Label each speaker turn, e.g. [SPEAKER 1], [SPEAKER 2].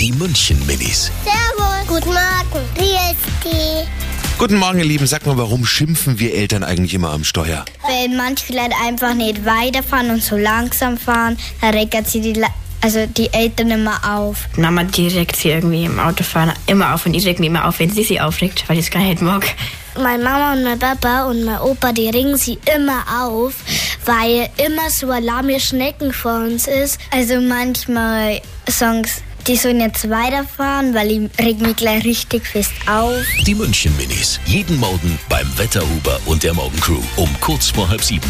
[SPEAKER 1] Die München Minis.
[SPEAKER 2] Servus. Guten Morgen. Wie ist die?
[SPEAKER 1] Guten Morgen, ihr Lieben. Sag mal, warum schimpfen wir Eltern eigentlich immer am Steuer?
[SPEAKER 2] Wenn manche Leute einfach nicht weiterfahren und so langsam fahren, dann regen sie die, Le- also die Eltern immer auf.
[SPEAKER 3] Mama direkt sie irgendwie im Autofahren immer auf und ich reg mich immer auf, wenn sie sie aufregt, weil ich es gar nicht mag.
[SPEAKER 2] Meine Mama und mein Papa und mein Opa, die ringen sie immer auf, weil immer so alarme Schnecken vor uns ist. Also manchmal Songs, die sollen jetzt weiterfahren, weil ich reg mich gleich richtig fest auf.
[SPEAKER 1] Die München Minis. Jeden Morgen beim Wetterhuber und der Morgencrew um kurz vor halb sieben.